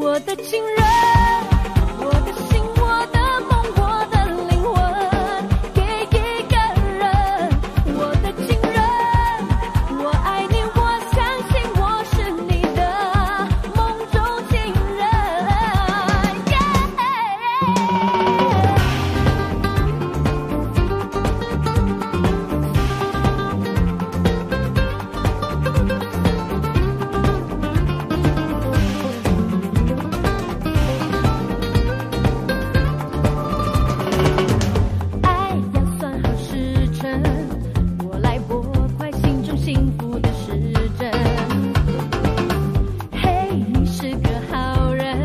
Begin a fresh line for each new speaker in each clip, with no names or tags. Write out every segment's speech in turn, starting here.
我的情人，我的心，我的梦，我的灵魂，给一个人。我的情人，我爱你，我相信我是你的梦中情人。Yeah 爱要算好时辰，我来拨快心中幸福的时针。嘿，你是个好人，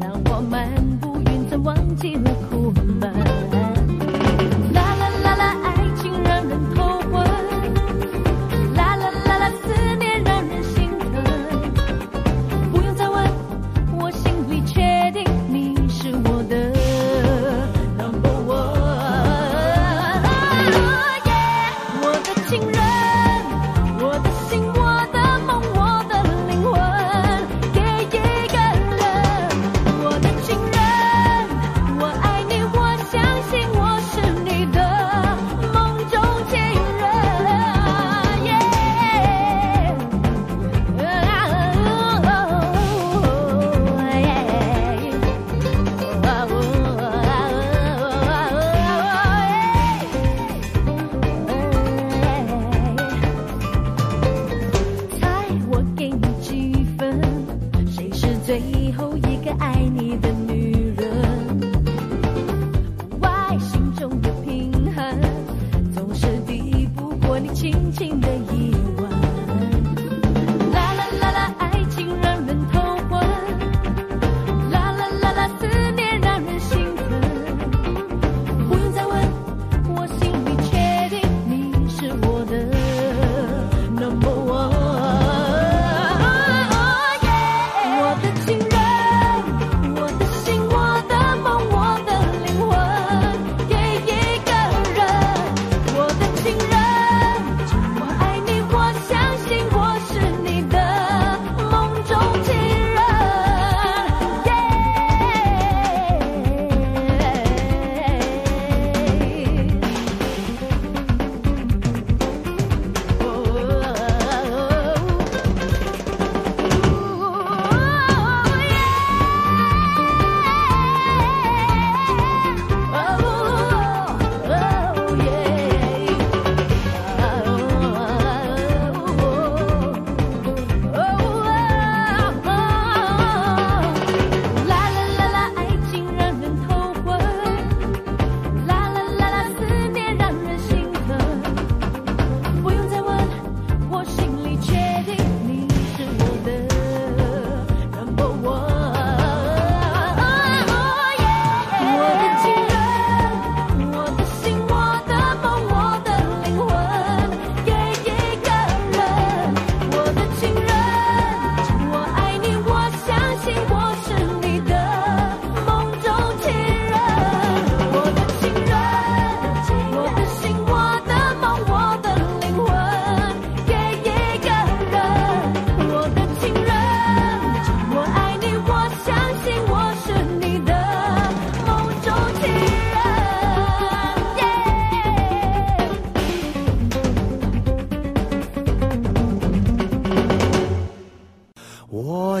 让我们不晕船，忘记了苦闷。啦啦啦啦，爱情让人头昏，啦啦啦啦，思念让人心疼。不用再问，我心里确定你是我的 number one。我的情人，我的心，我的梦，我的灵魂，给一个人。我的情人，我爱你，我相信我是你的梦中情人。耶。猜我给你几分？谁是最后一个爱你的女人？外心中的平衡，总是抵不过你轻轻的一吻。啦啦啦啦，爱情让人头昏；啦啦啦啦，思念让人兴奋。不用再问，我心里确定你是我的 number one。我 Oh 的情人，我的心，我的梦，我的灵魂，给一个人。我的情人。我爱你，我相信我是你的梦中情人。啦啦啦啦，爱情让人头昏；啦啦啦啦，思念让人兴奋。不用再问，我心里确定你是我的 number one。我的情人，我的心，我的梦，我的灵魂，给一个人。我的情人，我爱你，我相信我是你的梦中情人。我的情人，我的心，我的梦，我的灵魂，给一个人。我的情人，我爱你，我相信我是你的梦中情人。耶。
我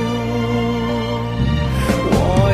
我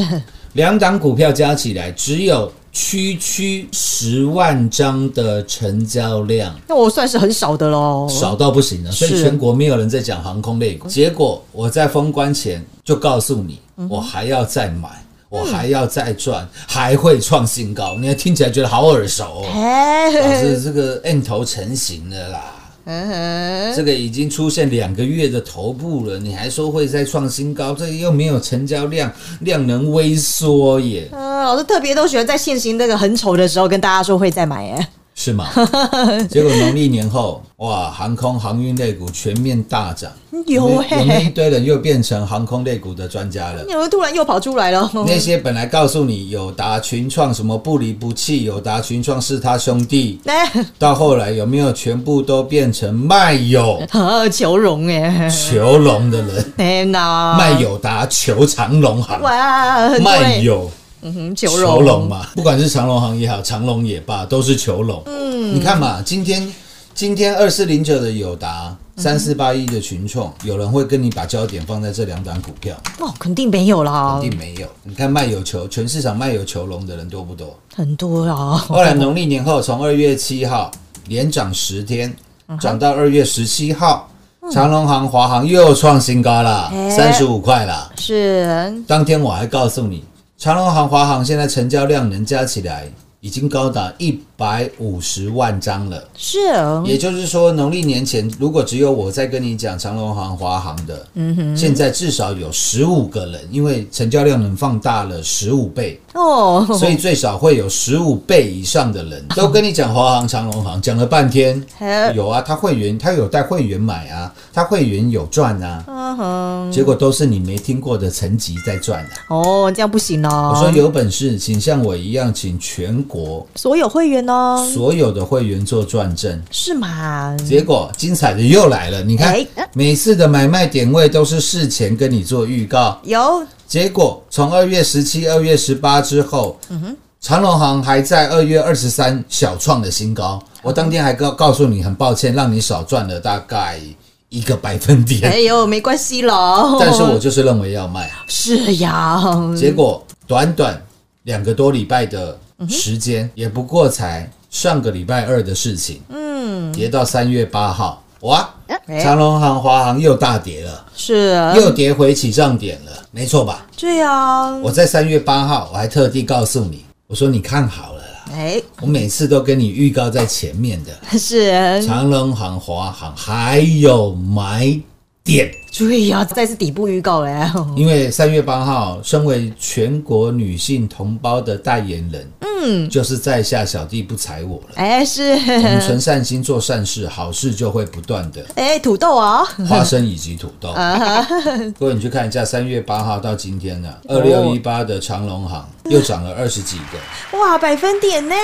两档股票加起来只有区区十万张的成交量。
那我算是很少的喽，
少到不行了，啊所以
哦是哦
全国没有人在讲航空类股。结果我在封关前就告诉你，
嗯
我还要再买，我还要再赚，还会创新高。你听起来觉得好耳熟哦。
哎，
老师，这个 N 头成型了啦，
嗯
这个已经出现两个月的头部了，你还说会再创新高，这个又没有成交量，量能萎缩耶，
呃，老师特别都喜欢在现行那个很丑的时候跟大家说会再买哎。
是吗？结果农历年后，哇，航空航运类股全面大涨，
有
我们我们一
哎、
堆人又变成航空类股的专家了
你。怎么突然又跑出来了？
那些本来告诉你友达群创什么不离不弃，友达群创是他兄弟，
哎、
到后来有没有全部都变成卖友
啊，求荣哎，
求龙的人？
天哪，
卖友达求长隆行，
欸哇，对
卖友
嗯哼，求荣
求龙，嘛，不管是长隆行也好，长隆也罢，都是求龙。嗯，你看嘛，今天今天二四零九的友达，三四八一的群创，有人会跟你把焦点放在这两档股票，
哦，肯定没有啦，
肯定没有。你看卖友求，全市场卖友求龙的人多不多？
很多啊，
后来农历嗯年后，从二月七号连涨十天，涨到二月十七号，长隆行、华航又创新高啦，
哎
三十五块啦。
是
当天我还告诉你，长隆行、华航现在成交量能加起来已经高达一百五十万张了。
是，哦
也就是说，农历年前如果只有我在跟你讲长隆行、华航的，嗯哼，现在至少有十五个人，因为成交量能放大了十五倍，
哦，
所以最少会有十五倍以上的人都跟你讲华航、长隆行，讲了半天，
嘿
哦有啊，他会员他有带会员买啊，他会员有赚啊，
嗯哼，
结果都是你没听过的层级在赚啊。
哦，这样不行哦。
我说有本事，请像我一样，请全国
所有会员哦，
所有的会员做转正。
是吗？
结果精彩的又来了，你看
哎
每次的买卖点位都是事前跟你做预告，
有
结果从二月十七、二月十八之后，
嗯
长隆行还在二月二十三小创的新高。我当天还告告诉你，很抱歉，让你少赚了大概一个百分点，
哎呦，没关系喽。
但是我就是认为要卖。
是呀，
结果短短两个多礼拜的时间，也不过才上个礼拜二的事情，嗯，跌到三月八号，哇，
哎嗯
长隆行、华航又大跌了，
是
又跌回起涨点了，没错吧？
对呀，
我在三月八号，我还特地告诉你，我说你看好了啦，
哎，
我每次都跟你预告在前面的，
是
长隆行、华航还有买点。
对呀，再次底部预告哎嘞。
因为三月八号，身为全国女性同胞的代言人，嗯，就是在下小弟不踩我 了。
哎，是
我们存善心做善事，好事就会不断的。
哎，土豆啊，
花生以及土
嗯
豆，各位你去看一下，三月八号到今天呢、啊
哦
二六一八的长隆行
嗯
又涨了二十几个
哇，百分点呢？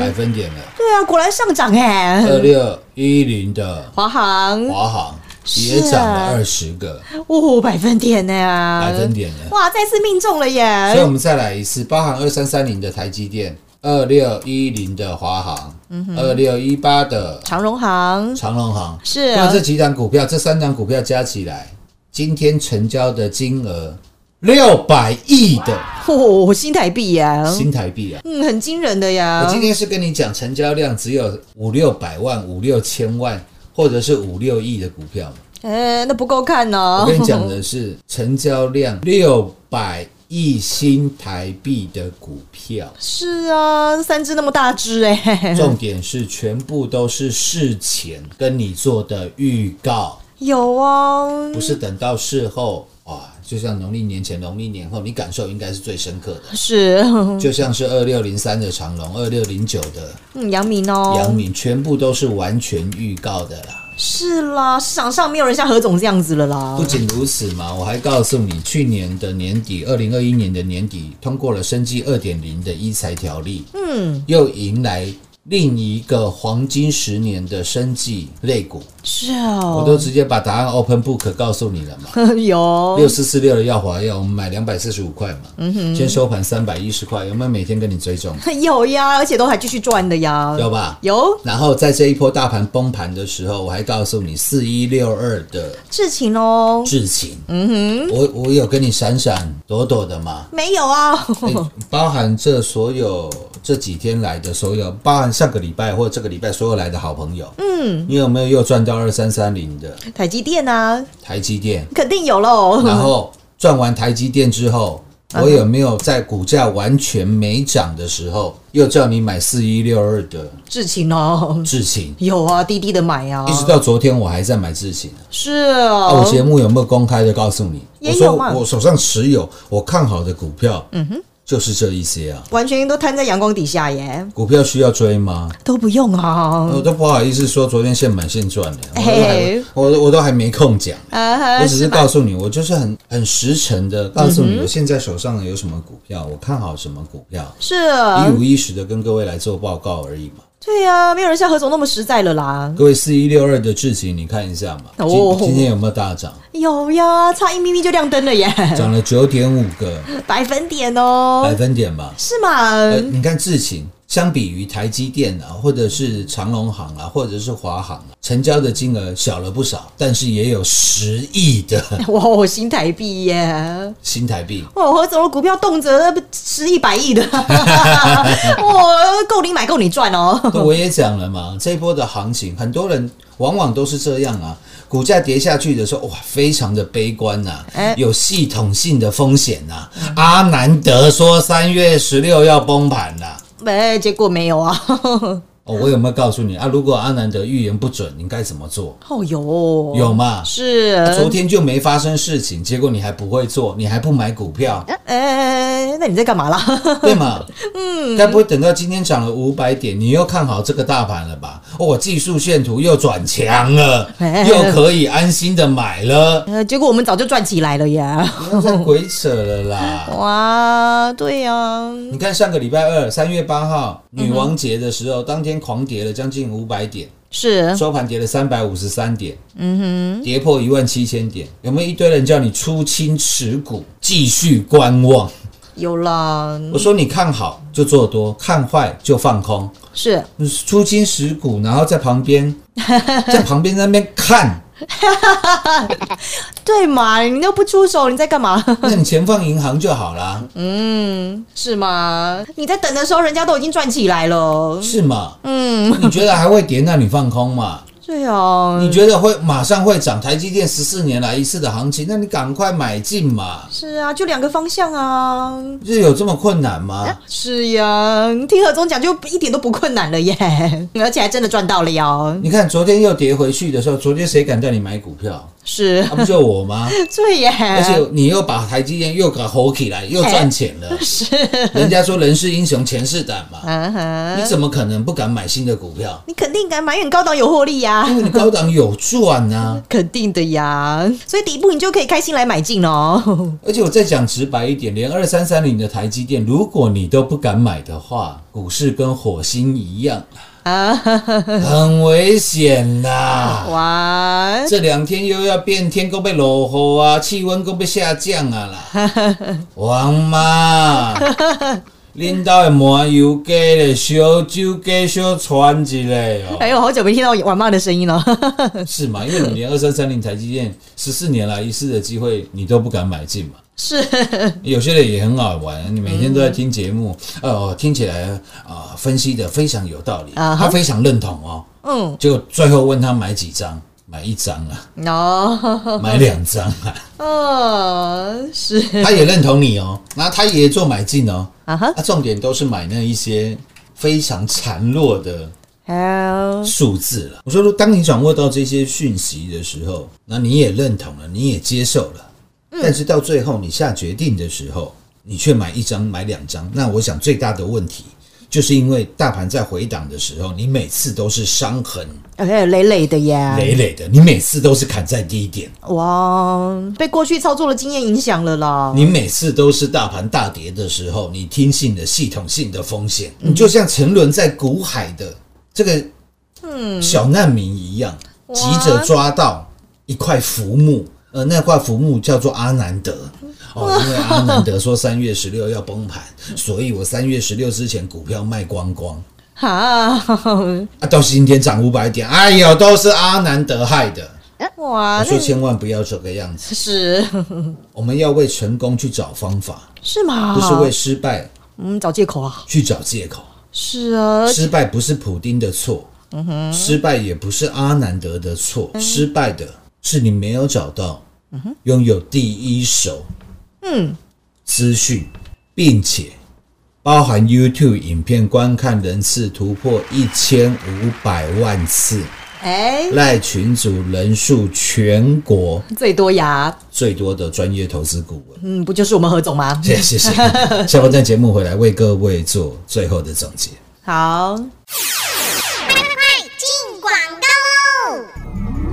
百分点了，
对啊，果然上涨哎。
二六一零的
华航
呃华航
是
也
啊
涨了二十个
哦，百分点呢？
百分点了。
哇，再次命中了
所以我
耶！
们再来一次，包含二三三零的台积电，二六一零的华航，二六一八的
嗯长荣航
长隆行。
是啊
那这几档股票，这三档股票加起来，今天成交的金额六百亿的
哦，新台币呀，
新台币啊！
嗯，很惊人的
我
呀。
今天是跟你讲，成交量只有五六百万、五六千万，或者是五六亿的股票嘛。
哎，那不够看呢。
我跟你讲的是成交量六百亿新台币的股票。
是啊，三只那么大只哎、
重点是全部都是事前跟你做的预告，
有啊，
不是等到事后啊。就像农历年前、农历年后，你感受应该是最深刻的。
是
就像是二六零三的长隆、二六零九的
嗯，杨明哦，
阳明，全部都是完全预告的啦。
是啦，市场上没有人像何总这样子了啦
不，仅如此嘛，我还告诉你，去年的年底，二零二一年的年底，通过了生计二点零的医材条例，嗯，又迎来另一个黄金十年的生计类股。
是哦，
我都直接把答案 open book 告诉你了嘛。
有
六四四六的耀华药，我们买两百四十五块嘛，今天收盘三百一十块，有没有每天跟你追踪？
有呀，而且都还继续赚的呀，
哦有吧？
有
然后在这一波大盘崩盘的时候，我还告诉你四一六二的
事情哦，
智勤，嗯哼，我我有跟你闪闪躲躲的嘛，
没有啊，
哎包含这所有这几天来的所有，包含上个礼拜或这个礼拜所有来的好朋友，嗯，你有没有又赚到二三三零的
台积电啊，
台积电？
肯定有喽，
然后赚完台积电之后，
嗯
我有没有在股价完全没涨的时候，又叫你买四一六二的
事情哦，
智勤？
有啊，滴滴的买啊，
一直到昨天我还在买智勤呢。
是
啊，我
哦，
节目有没有公开的告诉你？我
也
说
有嘛
我手上持有我看好的股票，嗯哼，就是这一些啊。
完全都摊在阳光底下耶，
股票需要追吗？
都不用啊，
我都不好意思说昨天现买现赚的，我都
嘿
还我我都还没空讲。
啊哈
我只是
吧
告诉你，我就是很很实诚的告诉
嗯
你，我现在手上有什么股票，我看好什么股票，
是啊
一五一十的跟各位来做报告而已嘛。
对呀、没有人像何总那么实在了啦。
各位四一六二的智勤，你看一下嘛，今
哦
今天有没有大涨？
有呀，差一咪咪就亮灯 了耶，
涨了九点五个
百分点
百
哦，嗯
分点嘛。
是吗？
呃，你看智勤，相比于台积电啊，或者是长隆行啊，或者是华航啊，成交的金额小了不少，但是也有十亿的
哇，新台币耶！
新台币。
哇，何总的股票动辄十亿百 亿的，哇，够你买 够你赚哦。
那我也讲了嘛，这一波的行情，很多人往往都是这样啊，股价跌下去的时候，哇，非常的悲观呐、
哎
有系统性的风险呐、阿南德说三月十六要崩盘呐、
哎，结果没有啊。
哦，我有没有告诉你啊？如果阿南德预言不准，你该怎么做？
哦，有
有吗？
是
昨天就没发生事情，结果你还不会做，你还不买股票，
哎，那你在干嘛啦？
对吗？嗯，该不会等到今天涨了五百点，你又看好这个大盘了吧？哦，我技术线图又转强了
哎，
又可以安心的买 了，
呃，结果我们早就赚起来了呀！
不要再鬼扯了啦！
哇，对呀、
你看上个礼拜二，三月八号女王节的时候，当天狂跌了将近五百点，
是，
收盘跌了三百五十三点，嗯嗯哼，跌破一万七千点。有没有一堆人叫你出清持股，继续观望？
有啦，
我说你看好就做多，看坏就放空，
是，
出清持股，然后在旁边， 在旁边那边看。
对嘛？你都不出手，你在干嘛？
那你钱放银行就好啦，
嗯， 是吗？你在等的时候，人家都已经赚起来了。
是吗？
嗯，
你觉得还会跌，那你放空嘛。
对啊，
你觉得会马上会涨？台积电十四年来一次的行情，那你赶快买进嘛！
是啊，就两个方向啊。
这有这么困难吗？
是呀，听何总讲就一点都不困难了耶， 而且还真的赚到了哟。
你看昨天又跌回去的时候，昨天谁敢带你买股 票？
是
啊、，不就 我吗？
对耶，
而且你又把台积电又搞吼 起来，又赚钱了。
是，
人家说人是英雄，钱是胆嘛，
嗯哼，
你怎么可能不敢买新的股票？
你肯定敢买远高档有获利呀、
因为你高档有赚啊。
肯定的呀，所以底部你就可以开心来买进哦。
而且我再讲直白一点，连二三三零的台积电，如果你都不敢买的话，股市跟火星一样，
啊，
很危险呐、
哇，
这两天又要变天，够被落雨啊，气温够被下降啊啦。王妈，恁兜的麻油鸡嘞、烧酒鸡、小船一个
哎
哦，
呦，好久没听到晚妈的声音了。
是吗？因为你连二三三零台积电十四年来一次的机会，你都不敢买进嘛。
是，
有些人也很好玩，你每天都在听节目，哦，听起来啊、分析的非常有道理，
嗯啊哈
他非常认同哦。
嗯，
结果最后问他买几张，买一张啊，
哦，
买两张 啊。
嗯，是，
他也认同你哦，然后他也做买进哦，
啊哈，
啊，重点都是买那一些非常孱弱的
好，
数字了。我说，当你掌握到这些讯息的时候，那你也认同了，你也接受了，但是到最后你下决定的时候，你却买一张买两张，那我想最大的问题。就是因为大盘在回档的时候，你每次都是伤痕
哎，累累的呀，
累累的，你每次都是砍在低点，
哇，被过去操作的经验影响了啦。
你每次都是大盘大跌的时候，你听信了系统性的风险，你就像沉沦在股海的这个小难民一样，急着抓到一块浮木，呃，那块浮木叫做阿南德。哦，因为阿南德说三月十六要崩盘，所以我三月十六之前股票卖光光
哈，
啊，到今天涨五百点，哎呦，都是阿南德害的。
哇，
我说
那
千万不要这个样子，
是
我们要为成功去找方法，
是吗？
不是为失败
嗯找借口啊？
去找借口。
是啊，
失败不是普丁的错，失败也不是阿南德的错，失败的是你没有找到拥有第一手
嗯
资讯，并且包含 YouTube 影片观看人次突破一千五百万次，
哎，
赖群组人数全国
最多呀，
最多的专业投资顾问。
嗯，不就是我们何总吗？
谢谢谢谢，下半段节目回来为各位做最后的总结。
好，
进广告喽！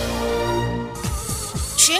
全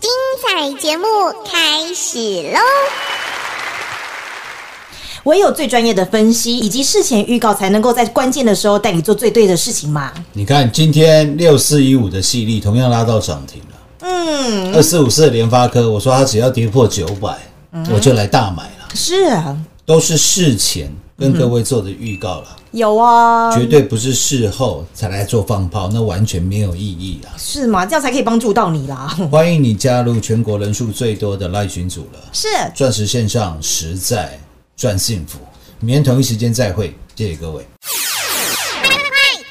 精彩节目开始喽！
唯有最专业的分析以及事前预告，才能够在关键的时候带你做最对的事情嘛。
你看今天六四一五的系力同样拉到涨停了，
嗯，
二四五四的联发科，我说它只要跌破九百、我就来大买了，
是啊，
都是事前跟各位做的预告了，
有啊，
绝对不是事后才来做放炮，那完全没有意义啊！
是嘛，这样才可以帮助到你啦。
欢迎你加入全国人数最多的赖群组了。
是，
钻石线上实在赚幸福。明天同一时间再会，谢谢各位。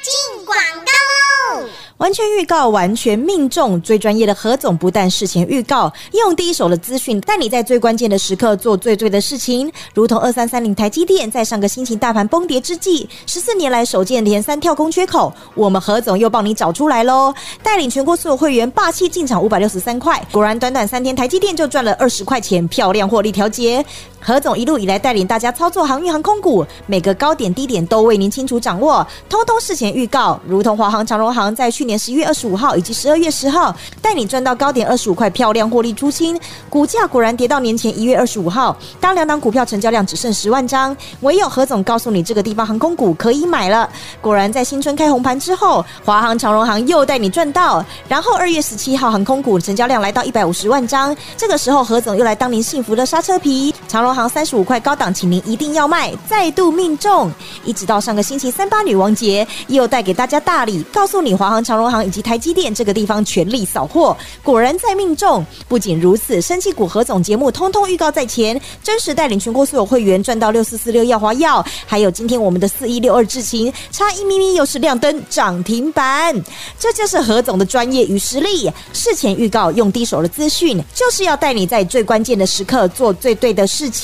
进广告喽！
完全预告，完全命中。最专业的何总不但事前预告，用第一手的资讯带你在最关键的时刻做最对的事情，如同二三三零台积电在上个星期大盘崩跌之际，十四年来首见连三跳空缺口，我们何总又帮你找出来喽，带领全国所有会员霸气进场五百六十三块，果然短短三天，台积电就赚了二十块钱，漂亮获利调节。何总一路以来带领大家操作航运航空股，每个高点低点都为您清楚掌握，通通事前预告，如同华航、长荣航在去年十一月二十五号以及十二月十号带你赚到高点二十五块，漂亮获利出清。股价果然跌到年前一月二十五号，当两档股票成交量只剩十万张，唯有何总告诉你这个地方航空股可以买了。果然在新春开红盘之后，华航、长荣航又带你赚到。然后二月十七号航空股成交量来到一百五十万张，这个时候何总又来当您幸福的刹车皮。长荣航三十五块高档，请您一定要卖，再度命中。一直到上个星期三八女王节，又带给大家大礼，告诉你华航、长荣航以及台积电这个地方全力扫货，果然在命中。不仅如此，生气股何总节目通通预告在前，真实带领全国所有会员赚到六四四六耀华耀，还有今天我们的四一六二智勤，差一咪咪又是亮灯涨停板。这就是何总的专业与实力。事前预告，用第一手的资讯，就是要带你在最关键的时刻做最对的事情。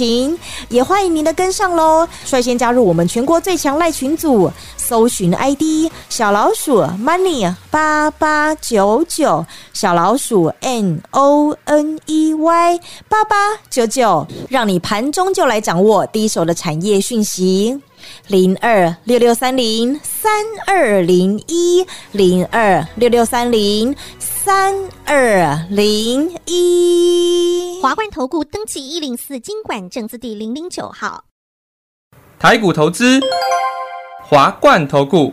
也欢迎您的跟上喽，率先加入我们全国最强赖群组，搜寻 ID 小老鼠 money 八八九九，小老鼠 n o n e y 八八九九，让你盘中就来掌握第一手的产业讯息。零二六六三零三二零一零二六六三零三二零一。
华冠投顾登记一零四经管证字第零零九号。
台股投资，华冠投顾，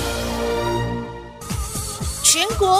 全国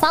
华